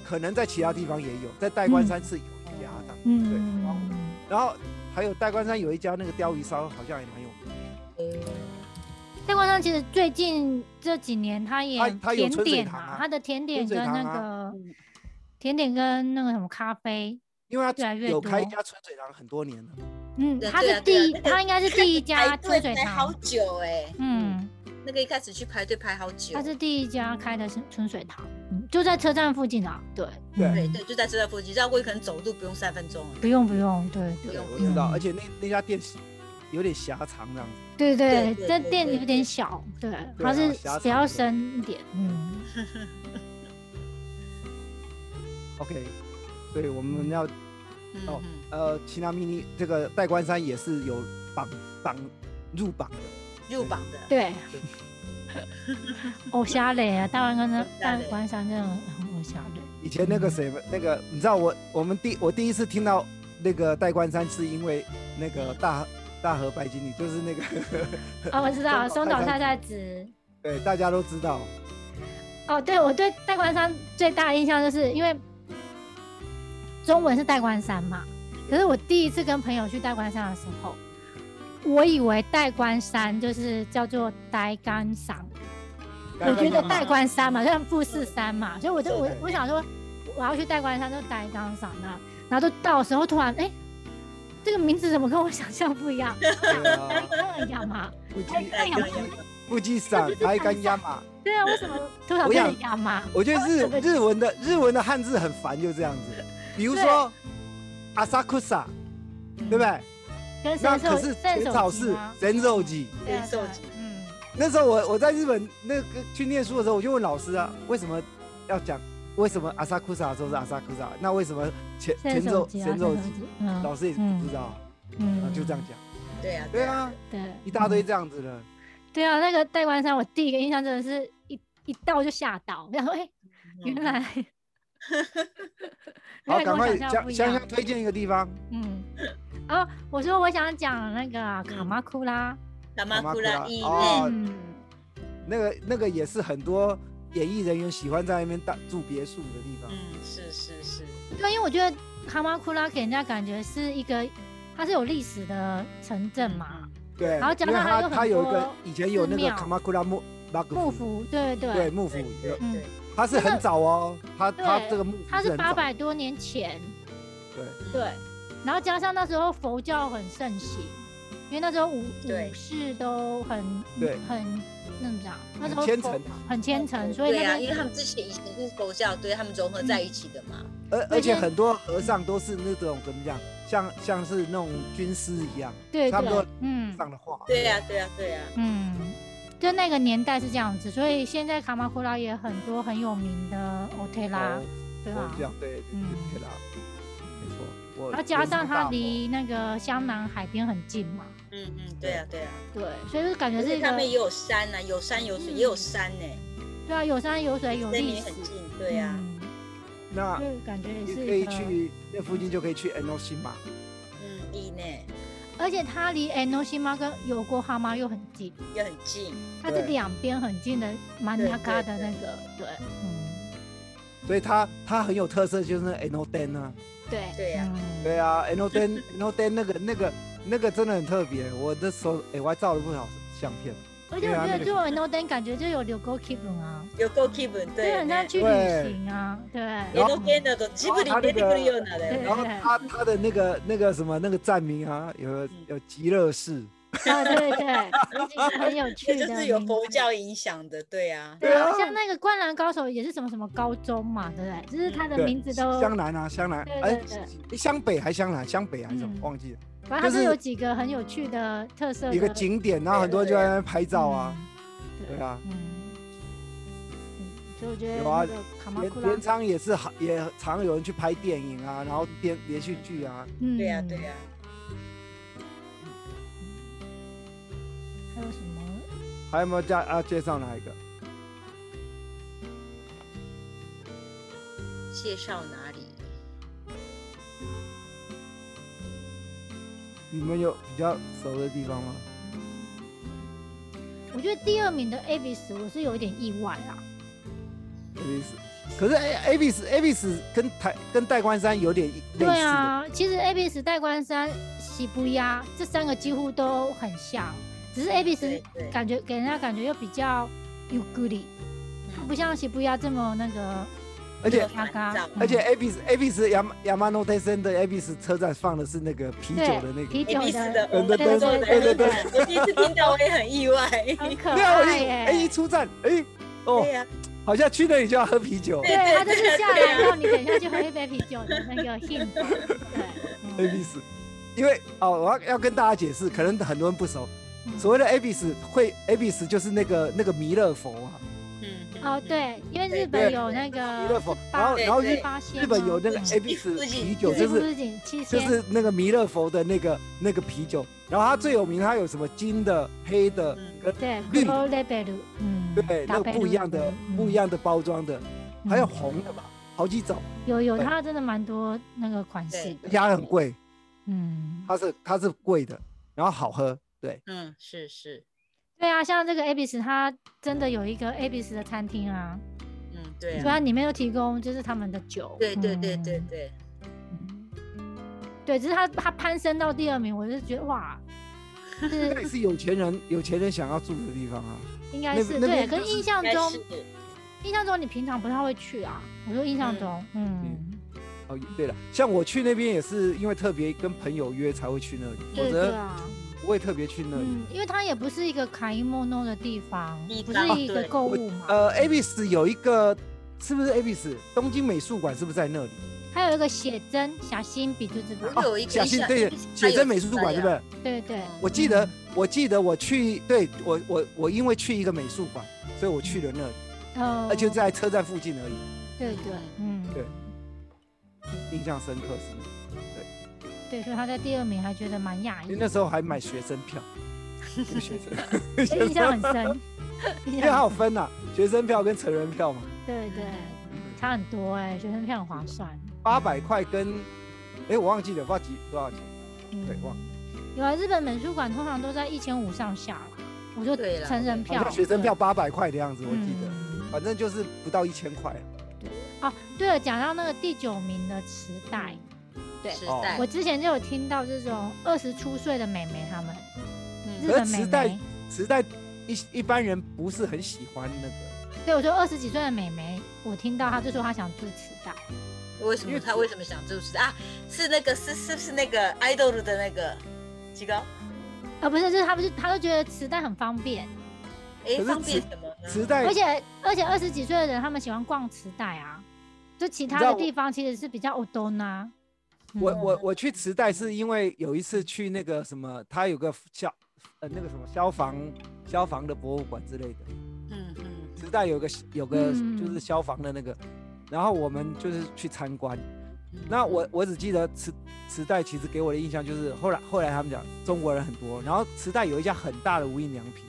Speaker 1: 可能在其他地方也有，在代官山是有一家的，对，然后
Speaker 2: 嗯，
Speaker 1: 然后还有代官山有一家那个鲷鱼烧，好像也蛮有名的，
Speaker 2: 代官山其实最近这几年它也
Speaker 1: 它它有
Speaker 2: 甜
Speaker 1: 春水
Speaker 2: 点
Speaker 1: 堂啊
Speaker 2: 它的甜点
Speaker 1: 春水
Speaker 2: 跟那
Speaker 1: 堂啊
Speaker 2: 个甜点跟那个什么咖啡，
Speaker 1: 因为
Speaker 2: 越
Speaker 1: 它
Speaker 2: 来越
Speaker 1: 有开一
Speaker 2: 多
Speaker 1: 家春水堂很多年了，
Speaker 2: 嗯，
Speaker 3: 对啊
Speaker 2: 它
Speaker 3: 对
Speaker 2: 是
Speaker 3: 啊对啊
Speaker 2: 第
Speaker 3: 那个
Speaker 2: 它应该是第一家
Speaker 3: 排
Speaker 2: 春
Speaker 3: 队
Speaker 2: 水
Speaker 3: 排好
Speaker 2: 堂，
Speaker 3: 久哎、
Speaker 2: 嗯。
Speaker 3: 那个一开始去排队排好久。
Speaker 2: 它是第一家开的是春水堂，嗯，就在车站附近啊。对
Speaker 1: 对
Speaker 3: 对
Speaker 2: 嗯
Speaker 3: 对，就在这在附近，绕过去可能走路不用三分钟啊了。
Speaker 2: 不用不用，对对
Speaker 1: 对
Speaker 3: 有，
Speaker 1: 我知道，
Speaker 2: 有嗯
Speaker 1: 而且那那家店是有点狭长这样子，
Speaker 2: 对对
Speaker 3: 对对
Speaker 2: 这
Speaker 3: 对
Speaker 2: 店
Speaker 3: 对
Speaker 2: 有点小，对，
Speaker 1: 对
Speaker 2: 它
Speaker 1: 啊
Speaker 2: 是
Speaker 1: 狭长
Speaker 2: 比较
Speaker 1: 的
Speaker 2: 深一点，嗯，
Speaker 1: ，OK，所以我们要
Speaker 3: 嗯
Speaker 1: 哦
Speaker 3: 嗯，
Speaker 1: 呃，奇纳米尼这个代官山也是有榜榜入榜的，
Speaker 3: 入榜的。
Speaker 2: 对。偶像嘞啊，大湾跟那
Speaker 3: 偶
Speaker 2: 大
Speaker 3: 像嘞
Speaker 2: 关山真的很偶像嘞。
Speaker 1: 以前
Speaker 2: 嗯
Speaker 1: 那个谁，那个你知道我我们第我第一次听到那个代官山是因为那个大大河白经理，就是那个
Speaker 2: 哦，我知道，松
Speaker 1: 松
Speaker 2: 岛
Speaker 1: 岛
Speaker 2: 菜
Speaker 1: 菜
Speaker 2: 菜子。
Speaker 1: 对大家都知道。
Speaker 2: 哦，对，我对代官山最大的印象就是因为中文是代官山嘛，可是我第一次跟朋友去代官山的时候，我以为代官山就是叫做呆干山，我觉得代官山嘛，像富士山嘛，所以我就我
Speaker 1: 对
Speaker 2: 我想说我要去代官山就呆干山啊，然后就到的时候突然哎、这个名字怎么跟我想象不一样？
Speaker 1: 对啊，
Speaker 2: 那样嘛，
Speaker 1: 不
Speaker 2: 哎
Speaker 1: 羁
Speaker 2: 那有
Speaker 1: 不羁不羁上台干亚马，
Speaker 2: 对啊，为什么突然
Speaker 1: 我想
Speaker 2: 变一样嘛？
Speaker 1: 我觉得日日文的日文的汉字很烦，就这样子。比如说阿萨库萨，对不对？
Speaker 2: 跟
Speaker 1: 那
Speaker 2: 嗯神
Speaker 1: 可
Speaker 2: 兽
Speaker 1: 是
Speaker 2: 神
Speaker 1: 全
Speaker 2: 手
Speaker 1: 草
Speaker 2: 机
Speaker 1: 是
Speaker 2: 吗？
Speaker 1: 神手机。
Speaker 2: 对啊
Speaker 3: 神
Speaker 2: 对
Speaker 3: 手
Speaker 2: 啊
Speaker 3: 机
Speaker 2: 嗯。
Speaker 1: 那时候我我在日本那个去念书的时候，我就问老师啊，为什么要讲为什么阿萨库萨的时候是阿萨库萨，那为什么前
Speaker 2: 现
Speaker 1: 前
Speaker 2: 在手
Speaker 1: 奏
Speaker 2: 机啊，
Speaker 1: 前奏
Speaker 2: 现在手
Speaker 1: 机
Speaker 2: 机，嗯
Speaker 1: 老师也是不知道啊，啊
Speaker 2: 嗯，
Speaker 1: 就这样讲。
Speaker 3: 对啊，
Speaker 1: 对，啊，
Speaker 2: 对，
Speaker 1: 一大堆
Speaker 2: 嗯。
Speaker 1: 这样子的。
Speaker 2: 对啊，那个代官山，我第一个印象真的是一一到就吓到，我想说，哎，原
Speaker 3: 嗯
Speaker 2: 来， 原
Speaker 1: 好，
Speaker 2: 来跟
Speaker 1: 赶
Speaker 2: 我
Speaker 1: 快
Speaker 2: 想象不
Speaker 1: 香
Speaker 2: 一
Speaker 1: 香
Speaker 2: 样
Speaker 1: 香。推荐一个地方，嗯
Speaker 2: 嗯，哦，我说我想讲那个啊卡马库拉，
Speaker 3: 达马库拉伊
Speaker 1: 哦
Speaker 2: 嗯，
Speaker 1: 那个那个也是很多演艺人员喜欢在那边大住别墅的地方。
Speaker 3: 嗯，是是是，
Speaker 2: 对，啊因为我觉得哈马库拉给人家感觉是一个，它是有历史的城镇嘛，
Speaker 1: 对，
Speaker 2: 然后加
Speaker 1: 因为
Speaker 2: 上还
Speaker 1: 他
Speaker 2: 有
Speaker 1: 他
Speaker 2: 很
Speaker 1: 有一个
Speaker 2: 多
Speaker 1: 以前有那
Speaker 2: 寺
Speaker 1: 个
Speaker 2: 庙
Speaker 1: 卡马库拉幕
Speaker 2: 幕，府，对对
Speaker 1: 对幕府
Speaker 3: 对，对
Speaker 2: 嗯
Speaker 3: 对，
Speaker 1: 他是
Speaker 2: 真的
Speaker 1: 很早哦，他他
Speaker 2: 对
Speaker 1: 这个幕府
Speaker 2: 它是
Speaker 1: 很
Speaker 2: 八
Speaker 1: 早，
Speaker 2: 百多年前，
Speaker 1: 对
Speaker 2: 对，然后加上那时候佛教很盛行，因为那时候武
Speaker 3: 对
Speaker 2: 武士都很
Speaker 1: 对
Speaker 2: 很那怎么讲，那时候
Speaker 1: 很虔
Speaker 2: 佛
Speaker 1: 诚啊
Speaker 2: 很虔诚，所以
Speaker 3: 对啊，
Speaker 2: 那
Speaker 3: 因为
Speaker 2: 边
Speaker 3: 他们之前以前是佛教，对他们融合在一起的嘛。
Speaker 1: 而
Speaker 2: 那
Speaker 1: 而且
Speaker 2: 些
Speaker 1: 很多和尚都是那种怎么讲，像像是那种军师一样，
Speaker 2: 对
Speaker 1: 差不多
Speaker 2: 对，嗯
Speaker 1: 上的话，
Speaker 3: 对呀，对呀，对呀。
Speaker 2: 嗯，就那个年代是这样子，所以现在卡马库拉也很多很有名的 o t e l a
Speaker 1: 哦
Speaker 2: 对
Speaker 1: 哦
Speaker 2: 吧？
Speaker 1: 这样对对
Speaker 2: 嗯
Speaker 1: 对啦，没错，我
Speaker 2: 然后加上它
Speaker 1: 他
Speaker 2: 离那个湘南海边很近嘛，
Speaker 3: 嗯嗯，对呀，对呀。
Speaker 2: 对，所以就感觉
Speaker 3: 可
Speaker 2: 是
Speaker 3: 是
Speaker 2: 一
Speaker 3: 他
Speaker 2: 个
Speaker 3: 们也有山呐，有山有水，
Speaker 2: 嗯
Speaker 3: 也有山呢，
Speaker 2: 对啊，有山有水有
Speaker 3: 跟
Speaker 2: 历
Speaker 3: 你
Speaker 2: 史
Speaker 3: 很，近。对啊呀。
Speaker 2: 嗯
Speaker 1: 那
Speaker 2: 就感觉也
Speaker 1: 你
Speaker 2: 是
Speaker 1: 啊可以
Speaker 2: 一个，
Speaker 1: 去那附近就可以去 n o s 嘛，
Speaker 3: 嗯，一呢
Speaker 2: 而且它离 Enoshima 跟有国哈妈又很近，
Speaker 3: 也很近。
Speaker 2: 它是
Speaker 1: 对
Speaker 2: 两边很近的曼
Speaker 3: 对
Speaker 2: 达嘎的
Speaker 3: 对
Speaker 2: 那个，对，嗯，
Speaker 1: 所以它它很有特色，就是那 n o d e n 啊，
Speaker 2: 对，
Speaker 3: 对啊
Speaker 2: 嗯
Speaker 1: 对啊 n o d e n n o d e n 那个那个那个真的很特别，我那时候哎我还照了不少相片，
Speaker 2: 而且我
Speaker 1: 对啊
Speaker 2: 觉
Speaker 1: 那个
Speaker 2: 得做 Enoden 感觉就有留沟 keep 啊。
Speaker 3: 有够 keep 对
Speaker 2: 就很像
Speaker 3: 呢，
Speaker 2: 去
Speaker 1: 对
Speaker 2: 旅行啊，对。
Speaker 3: 也
Speaker 1: 然后
Speaker 3: 都变得都基本里
Speaker 1: 然后他那
Speaker 3: 面
Speaker 1: 个
Speaker 3: 都有拿的。
Speaker 2: 对
Speaker 1: 然后它它的那个那个什么那个站名啊，
Speaker 2: 嗯
Speaker 1: 有有极乐寺，
Speaker 2: 啊，对对，就是很有趣
Speaker 3: 也
Speaker 2: 的，
Speaker 3: 就是有佛。教影响的，对啊，
Speaker 2: 对啊，
Speaker 1: 对啊
Speaker 2: 像那个《灌篮高手》也是什么什么高中嘛，对不对？就是他的
Speaker 1: 对
Speaker 2: 名字都，
Speaker 1: 湘南啊湘南
Speaker 2: 哦对，
Speaker 1: 哎
Speaker 2: 对对
Speaker 1: 湘北还湘南湘北还是什么
Speaker 2: 嗯
Speaker 1: 忘记了，
Speaker 2: 反正他
Speaker 1: 就
Speaker 2: 都
Speaker 1: 是
Speaker 2: 有几个很有趣的特色的
Speaker 1: 有个景点，然后很多人就在那边拍照啊，，
Speaker 2: 嗯
Speaker 1: 对啊，
Speaker 2: 嗯，嗯所以我觉得
Speaker 1: 有啊
Speaker 2: 那个卡马库
Speaker 1: 镰
Speaker 2: 拉
Speaker 1: 镰，仓也是好，也常有人去拍电影啊，然后电连续剧啊，
Speaker 2: 嗯
Speaker 3: 对啊，对。啊，
Speaker 2: 还有什么？
Speaker 1: 还有没有加啊？介绍哪一个？
Speaker 3: 介绍哪里？
Speaker 1: 你们有比较熟的地方吗？
Speaker 2: 我觉得第二名的 Avis 我是有一点意外啊啦，
Speaker 1: a b i s 可是 A a b i s a b i s 跟台跟代官山有点类似
Speaker 2: 对
Speaker 1: 的，
Speaker 2: 啊，其实 Abyss、代官山、喜不压这三个几乎都很像，只是 Abyss
Speaker 3: 对对
Speaker 2: 感觉给人家感觉又比较有 good 力，它不像喜不压这么那个。
Speaker 1: 而且
Speaker 3: 这么烦躁
Speaker 1: 而且 A b i s A b i s 亚亚马诺泰森的 A b i s 车站放的是那个啤酒
Speaker 2: 对
Speaker 1: 的那个
Speaker 2: 啤，酒
Speaker 3: A B 四的，
Speaker 2: 的，
Speaker 3: 我们
Speaker 2: 对
Speaker 3: 工作
Speaker 2: 对对
Speaker 3: 的
Speaker 2: 对，
Speaker 3: 我第一次听到我也很意外。
Speaker 2: 很可
Speaker 1: 对啊，我
Speaker 2: 爱
Speaker 1: 一哎一
Speaker 2: 耶。
Speaker 1: 出站哎哦
Speaker 3: 对，呀，
Speaker 1: 好像去那里就要哎喝啤酒。
Speaker 2: 对，它就是下
Speaker 1: 哎
Speaker 2: 来让你等一下去喝一杯啤酒的那个 hint。
Speaker 1: A
Speaker 2: 对
Speaker 1: B S，因为哦，我要要跟大家解释，可能很多人不熟，
Speaker 2: 嗯，
Speaker 1: 所谓的 A B S 会 A B S 就是那个那个弥勒佛啊，
Speaker 3: 嗯，
Speaker 2: 哦，对，因为日
Speaker 3: 对
Speaker 2: 本
Speaker 1: 对
Speaker 2: 有那
Speaker 1: 弥勒
Speaker 2: 个
Speaker 1: 佛，然后
Speaker 3: 对
Speaker 1: 然后
Speaker 3: 对
Speaker 1: 日
Speaker 2: 八仙吗，
Speaker 1: 日本有那个
Speaker 2: 哦对
Speaker 1: A B S
Speaker 3: 对
Speaker 1: 啤酒，
Speaker 2: 对
Speaker 1: 就
Speaker 2: 不
Speaker 1: 是
Speaker 2: 是锦七
Speaker 1: 就
Speaker 2: 仙，
Speaker 1: 是那个弥勒佛的那个那个啤酒，然后它最有名，它有什么金的、黑的
Speaker 3: 嗯
Speaker 1: 跟
Speaker 2: 对
Speaker 1: 绿
Speaker 2: g o l e b e l 嗯，
Speaker 1: 对那个不一样的不一样的包装的，
Speaker 2: 嗯，
Speaker 1: 还有
Speaker 2: 嗯
Speaker 1: 红的吧，好几种，
Speaker 2: 有有，
Speaker 1: 对
Speaker 2: 它真的蛮多那个款式
Speaker 3: 对
Speaker 1: 而
Speaker 2: 的，
Speaker 1: 且它很贵，
Speaker 2: 嗯，
Speaker 1: 它是它是贵的，然后好喝，对，
Speaker 3: 嗯，是是，
Speaker 2: 对啊，像这个 Abis，它真的有一个 Abis 的餐厅啊，
Speaker 3: 嗯，对
Speaker 2: 所以它
Speaker 3: 啊，
Speaker 2: 里面有提供就是他们的酒，
Speaker 3: 对对对对
Speaker 2: 嗯
Speaker 3: 对，
Speaker 2: 对，只是它它攀升到第二名，我就觉得哇，
Speaker 1: 那
Speaker 2: 是
Speaker 1: 也是有钱人有钱人想要住的地方啊。
Speaker 2: 应该
Speaker 1: 那
Speaker 2: 是
Speaker 1: 那
Speaker 2: 对，
Speaker 1: 边
Speaker 2: 可
Speaker 1: 就是是
Speaker 2: 印象
Speaker 3: 应该
Speaker 2: 中
Speaker 3: 是
Speaker 2: 印象中你平常不太会去啊，我说印象
Speaker 3: 嗯
Speaker 2: 中，嗯，
Speaker 1: 哦，对了，像我去那边也是因为特别跟朋友约才会去那里，
Speaker 2: 对
Speaker 1: 否
Speaker 2: 对
Speaker 1: 则
Speaker 2: 啊。
Speaker 1: 不会特别去那里。
Speaker 2: 嗯，因为它也不是一个卡伊莫诺的地方
Speaker 3: 地，
Speaker 2: 不
Speaker 3: 方
Speaker 2: 是一个
Speaker 3: 对
Speaker 2: 购物嘛，
Speaker 1: 呃，Abis 有一个是不是 Abis 东京美术馆是不是在那里？
Speaker 2: 还有一个写真小心比就知道，
Speaker 3: 我有一个
Speaker 1: 小新
Speaker 3: 印象
Speaker 1: 对
Speaker 3: 就是它
Speaker 1: 写
Speaker 3: 有
Speaker 1: 真美术馆是不是？
Speaker 2: 对对，
Speaker 3: 嗯
Speaker 1: 我记
Speaker 2: 嗯
Speaker 1: 得我记得我去，对我我我因为去一个美术馆，所以我去了那里，
Speaker 2: 呃
Speaker 3: 哦
Speaker 1: 而且在车站附近而已，
Speaker 2: 对对，嗯，
Speaker 1: 对印象深刻是那
Speaker 2: 对，所以他在第二名还觉得蛮讶
Speaker 1: 因为
Speaker 2: 异，
Speaker 1: 那时候还买学生票，有学 生，
Speaker 2: 所哎以印象很 深，印
Speaker 1: 因为它
Speaker 2: 象
Speaker 1: 有分呐、啊学生票跟成人票嘛。
Speaker 2: 对对，
Speaker 3: 嗯
Speaker 2: 差很多哎，学生票很划算，
Speaker 1: 八百块跟，哎、我忘记了，不知道几多少钱。
Speaker 2: 嗯
Speaker 1: 对忘了
Speaker 2: 有啊，日本美术馆通常都在一千五上下啦，我就
Speaker 3: 对啦
Speaker 2: 成
Speaker 1: 好
Speaker 2: 人票
Speaker 1: 像，学生票八百块的样子，我记得，
Speaker 2: 嗯
Speaker 1: 反正就是不到一千块。啊
Speaker 2: 哦，对了，讲到那个第九名的磁带，对
Speaker 3: 时
Speaker 1: 哦
Speaker 3: 代
Speaker 2: 我，之前就有听到这种二十出岁的美眉她们，日
Speaker 3: 嗯，
Speaker 1: 可
Speaker 2: 本
Speaker 1: 是
Speaker 2: 美
Speaker 1: 磁带
Speaker 2: 眉，
Speaker 1: 时代一一般人不是很喜欢那个，
Speaker 2: 对我就二十几岁的美眉，我听到她就说她想做磁带，
Speaker 3: 为什
Speaker 1: 因为
Speaker 3: 么他为什么想就是啊？是那个是是不是那个 idol 的那个几个？
Speaker 2: 啊，不是，就是她不是，她就觉得磁带很方便，
Speaker 3: 哎
Speaker 1: 可，是
Speaker 3: 方便
Speaker 1: 磁
Speaker 3: 什么呢？
Speaker 1: 时代
Speaker 2: 嗯而且而且二十几岁的人他们喜欢逛磁带啊，就其他
Speaker 1: 你知道
Speaker 2: 的
Speaker 1: 我
Speaker 2: 地方其实是比较 o d o n a
Speaker 1: 我
Speaker 2: 嗯
Speaker 1: 我我去磁带是因为有一次去那个什么，他有个消呃那个什么消防消防的博物馆之类的，
Speaker 3: 嗯嗯，
Speaker 1: 磁带有个有个
Speaker 2: 嗯
Speaker 1: 就是消防的那个，然后我们就是去参观。
Speaker 3: 嗯
Speaker 1: 那我我只记得磁磁带其实给我的印象就是后来后来他们讲中国人很多，然后磁带有一家很大的无印良品，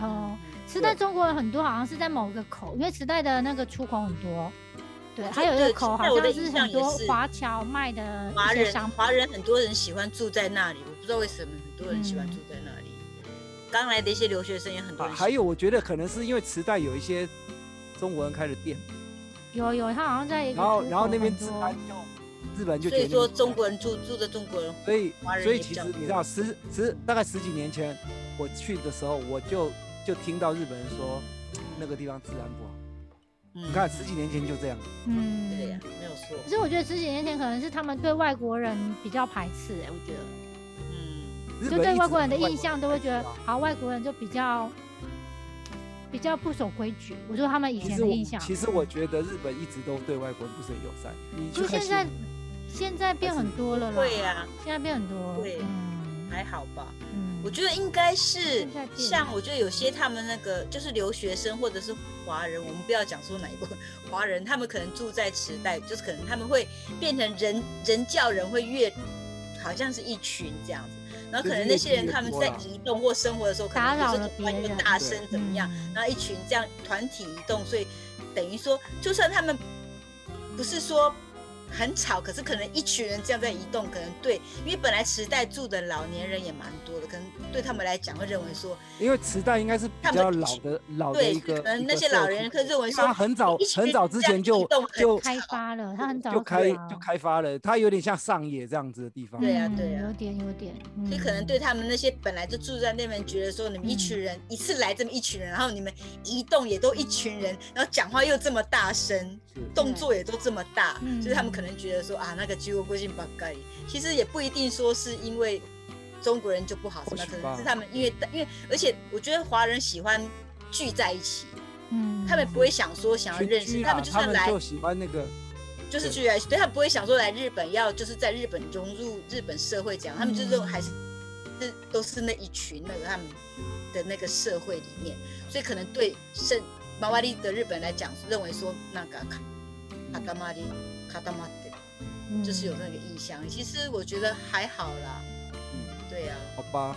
Speaker 3: 嗯
Speaker 2: 哦磁带中国人很多，好像是在某个口，因为磁带的那个出口很多。对，
Speaker 3: 我觉得
Speaker 2: 还有一个口好
Speaker 3: 对我的
Speaker 2: 像
Speaker 3: 印
Speaker 2: 是
Speaker 3: 象
Speaker 2: 很
Speaker 3: 也
Speaker 2: 多
Speaker 3: 是
Speaker 2: 华侨卖的
Speaker 3: 华
Speaker 2: 一些
Speaker 3: 人
Speaker 2: 商品。
Speaker 3: 华人很多人喜欢住在那里，我不知道为什么很多人喜欢
Speaker 2: 嗯
Speaker 3: 住在那里。刚来的一些留学生也很多
Speaker 1: 啊，
Speaker 3: 人喜
Speaker 1: 还有我觉得可能是因为磁带有一些中国人开的店，
Speaker 2: 有有，他好像在一个
Speaker 1: 然后
Speaker 2: 出口
Speaker 1: 然后那边
Speaker 2: 很
Speaker 1: 自
Speaker 2: 多
Speaker 1: 然就日本就
Speaker 3: 所
Speaker 1: 觉
Speaker 3: 以
Speaker 1: 得
Speaker 3: 说
Speaker 1: 那边
Speaker 3: 中国人住住的中国人，
Speaker 1: 所以
Speaker 3: 华人
Speaker 1: 所以
Speaker 3: 也比
Speaker 1: 其
Speaker 3: 较
Speaker 1: 实
Speaker 3: 多
Speaker 1: 你知道，十十大概十几年前我去的时候，我就就听到日本人说那个地方治安不好。
Speaker 3: 你
Speaker 1: 你看十几年前就这样，
Speaker 2: 嗯，
Speaker 3: 嗯对啊呀、没有错，
Speaker 2: 可是我觉得十几年前可能是他们对外国人比较排斥、欸，我觉得
Speaker 3: 嗯，
Speaker 1: 日
Speaker 2: 就
Speaker 1: 本
Speaker 2: 对
Speaker 1: 一直
Speaker 2: 外国人的
Speaker 1: 外
Speaker 2: 印象都会觉得，
Speaker 1: 排斥啊
Speaker 2: 好，外国人就比较比较不守规矩。我说他们以
Speaker 1: 其
Speaker 2: 前
Speaker 1: 实
Speaker 2: 的
Speaker 1: 我
Speaker 2: 印象，
Speaker 1: 其实我觉得日本一直都对外国人不是很友善。你去
Speaker 2: 就
Speaker 1: 看
Speaker 2: 现
Speaker 1: 新
Speaker 2: 在
Speaker 1: 闻，
Speaker 2: 现在变很多了啦。
Speaker 3: 对呀、
Speaker 2: 现在变很多。
Speaker 3: 对
Speaker 2: 嗯
Speaker 3: 还好吧。
Speaker 2: 嗯
Speaker 3: 我觉得应该是
Speaker 2: 现在变了
Speaker 3: 像，我觉得有些他们那个就是留学生或者是华人，我们不要讲说哪一个 华人，他们可能住在池袋，就是可能他们会变成人人教人会越好像是一群这样子，然后可能那些人
Speaker 1: 就是越
Speaker 3: 他
Speaker 1: 聚越
Speaker 3: 们
Speaker 1: 多
Speaker 3: 在
Speaker 1: 啦
Speaker 3: 移动或生活的时候，可能
Speaker 2: 打扰
Speaker 3: 就是
Speaker 2: 了
Speaker 3: 突然
Speaker 2: 别
Speaker 3: 又
Speaker 2: 人
Speaker 3: 大声怎么样，
Speaker 2: 嗯
Speaker 3: 然后一群这样团体移动，所以等于说，就算他们不是说很吵，可是可能一群人这样在移动，可能对，因为本来池袋住的老年人也蛮多的，可能对他们来讲会认为说，
Speaker 1: 因为磁带应该是比
Speaker 3: 他
Speaker 1: 较
Speaker 3: 们
Speaker 1: 老的老的
Speaker 3: 对
Speaker 1: 一个，
Speaker 3: 可能
Speaker 1: 一
Speaker 3: 那
Speaker 1: 个
Speaker 3: 些
Speaker 1: 社
Speaker 3: 老
Speaker 1: 区
Speaker 3: 人可能认为
Speaker 1: 因
Speaker 3: 说
Speaker 1: 他很早
Speaker 3: 一群
Speaker 1: 很早
Speaker 3: 人
Speaker 1: 之
Speaker 3: 这样
Speaker 1: 前就
Speaker 3: 移动很
Speaker 1: 就
Speaker 2: 开发了，他很早啊
Speaker 1: 就开
Speaker 2: 就开
Speaker 1: 就开发了，它有点像上野这样子的地方。
Speaker 3: 对啊
Speaker 2: 嗯
Speaker 3: 对啊
Speaker 2: 有点有点，嗯
Speaker 3: 所以可能对他们那些本来就住在那边，觉得说你们一群人、一次来这么一群人，然后你们移动也都一群人，然后讲话又这么大声，
Speaker 1: 是
Speaker 3: 动作也都这么大，
Speaker 2: 嗯
Speaker 3: 就是他们可能觉得说啊，那个居国贵姓不该，其实也不一定说是因为中国人就不好，什
Speaker 1: 或
Speaker 3: 么
Speaker 1: 许
Speaker 3: 可
Speaker 1: 吧
Speaker 3: 能是他们因为因为而且我觉得华人喜欢聚在一起，
Speaker 2: 嗯，
Speaker 3: 他们不会想说想要
Speaker 1: 群
Speaker 3: 认识，
Speaker 1: 居
Speaker 3: 他
Speaker 1: 啦
Speaker 3: 们，就
Speaker 1: 啊他
Speaker 3: 算
Speaker 1: 们
Speaker 3: 来
Speaker 1: 就喜欢那个，
Speaker 3: 就是
Speaker 1: 对
Speaker 3: 居然，对他不会想说来日本要就是在日本融入日本社会这样，他们就是
Speaker 2: 嗯
Speaker 3: 还是是都是那一群那个他们的那个社会里面，所以可能对圣马瓦利的日本来讲，认为说那个卡卡达玛利卡达玛的，
Speaker 2: 嗯
Speaker 3: 就是有那个意向。其实我觉得还好啦，
Speaker 1: 嗯，
Speaker 3: 对啊呀、
Speaker 1: 好吧。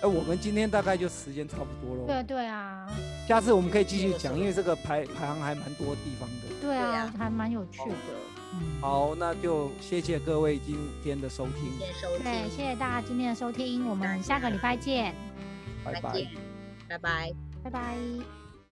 Speaker 1: 哎，我们今天大概就时间差不多
Speaker 2: 对
Speaker 1: 了，
Speaker 2: 啊对啊
Speaker 1: 下次我们可以继续
Speaker 3: 没有
Speaker 1: 讲，
Speaker 3: 错
Speaker 1: 因为这个排排行还蛮多地方的。
Speaker 2: 对
Speaker 3: 对哦
Speaker 2: 啊
Speaker 3: 啊，
Speaker 2: 还蛮有趣的。嗯，
Speaker 1: 好，那就谢谢各位今天的收听
Speaker 3: 今，天收听，
Speaker 2: 对，谢谢大家今天的收听，我们下个礼拜见，
Speaker 1: 拜
Speaker 3: 再
Speaker 1: 拜。
Speaker 3: 见，拜拜。
Speaker 2: 拜拜。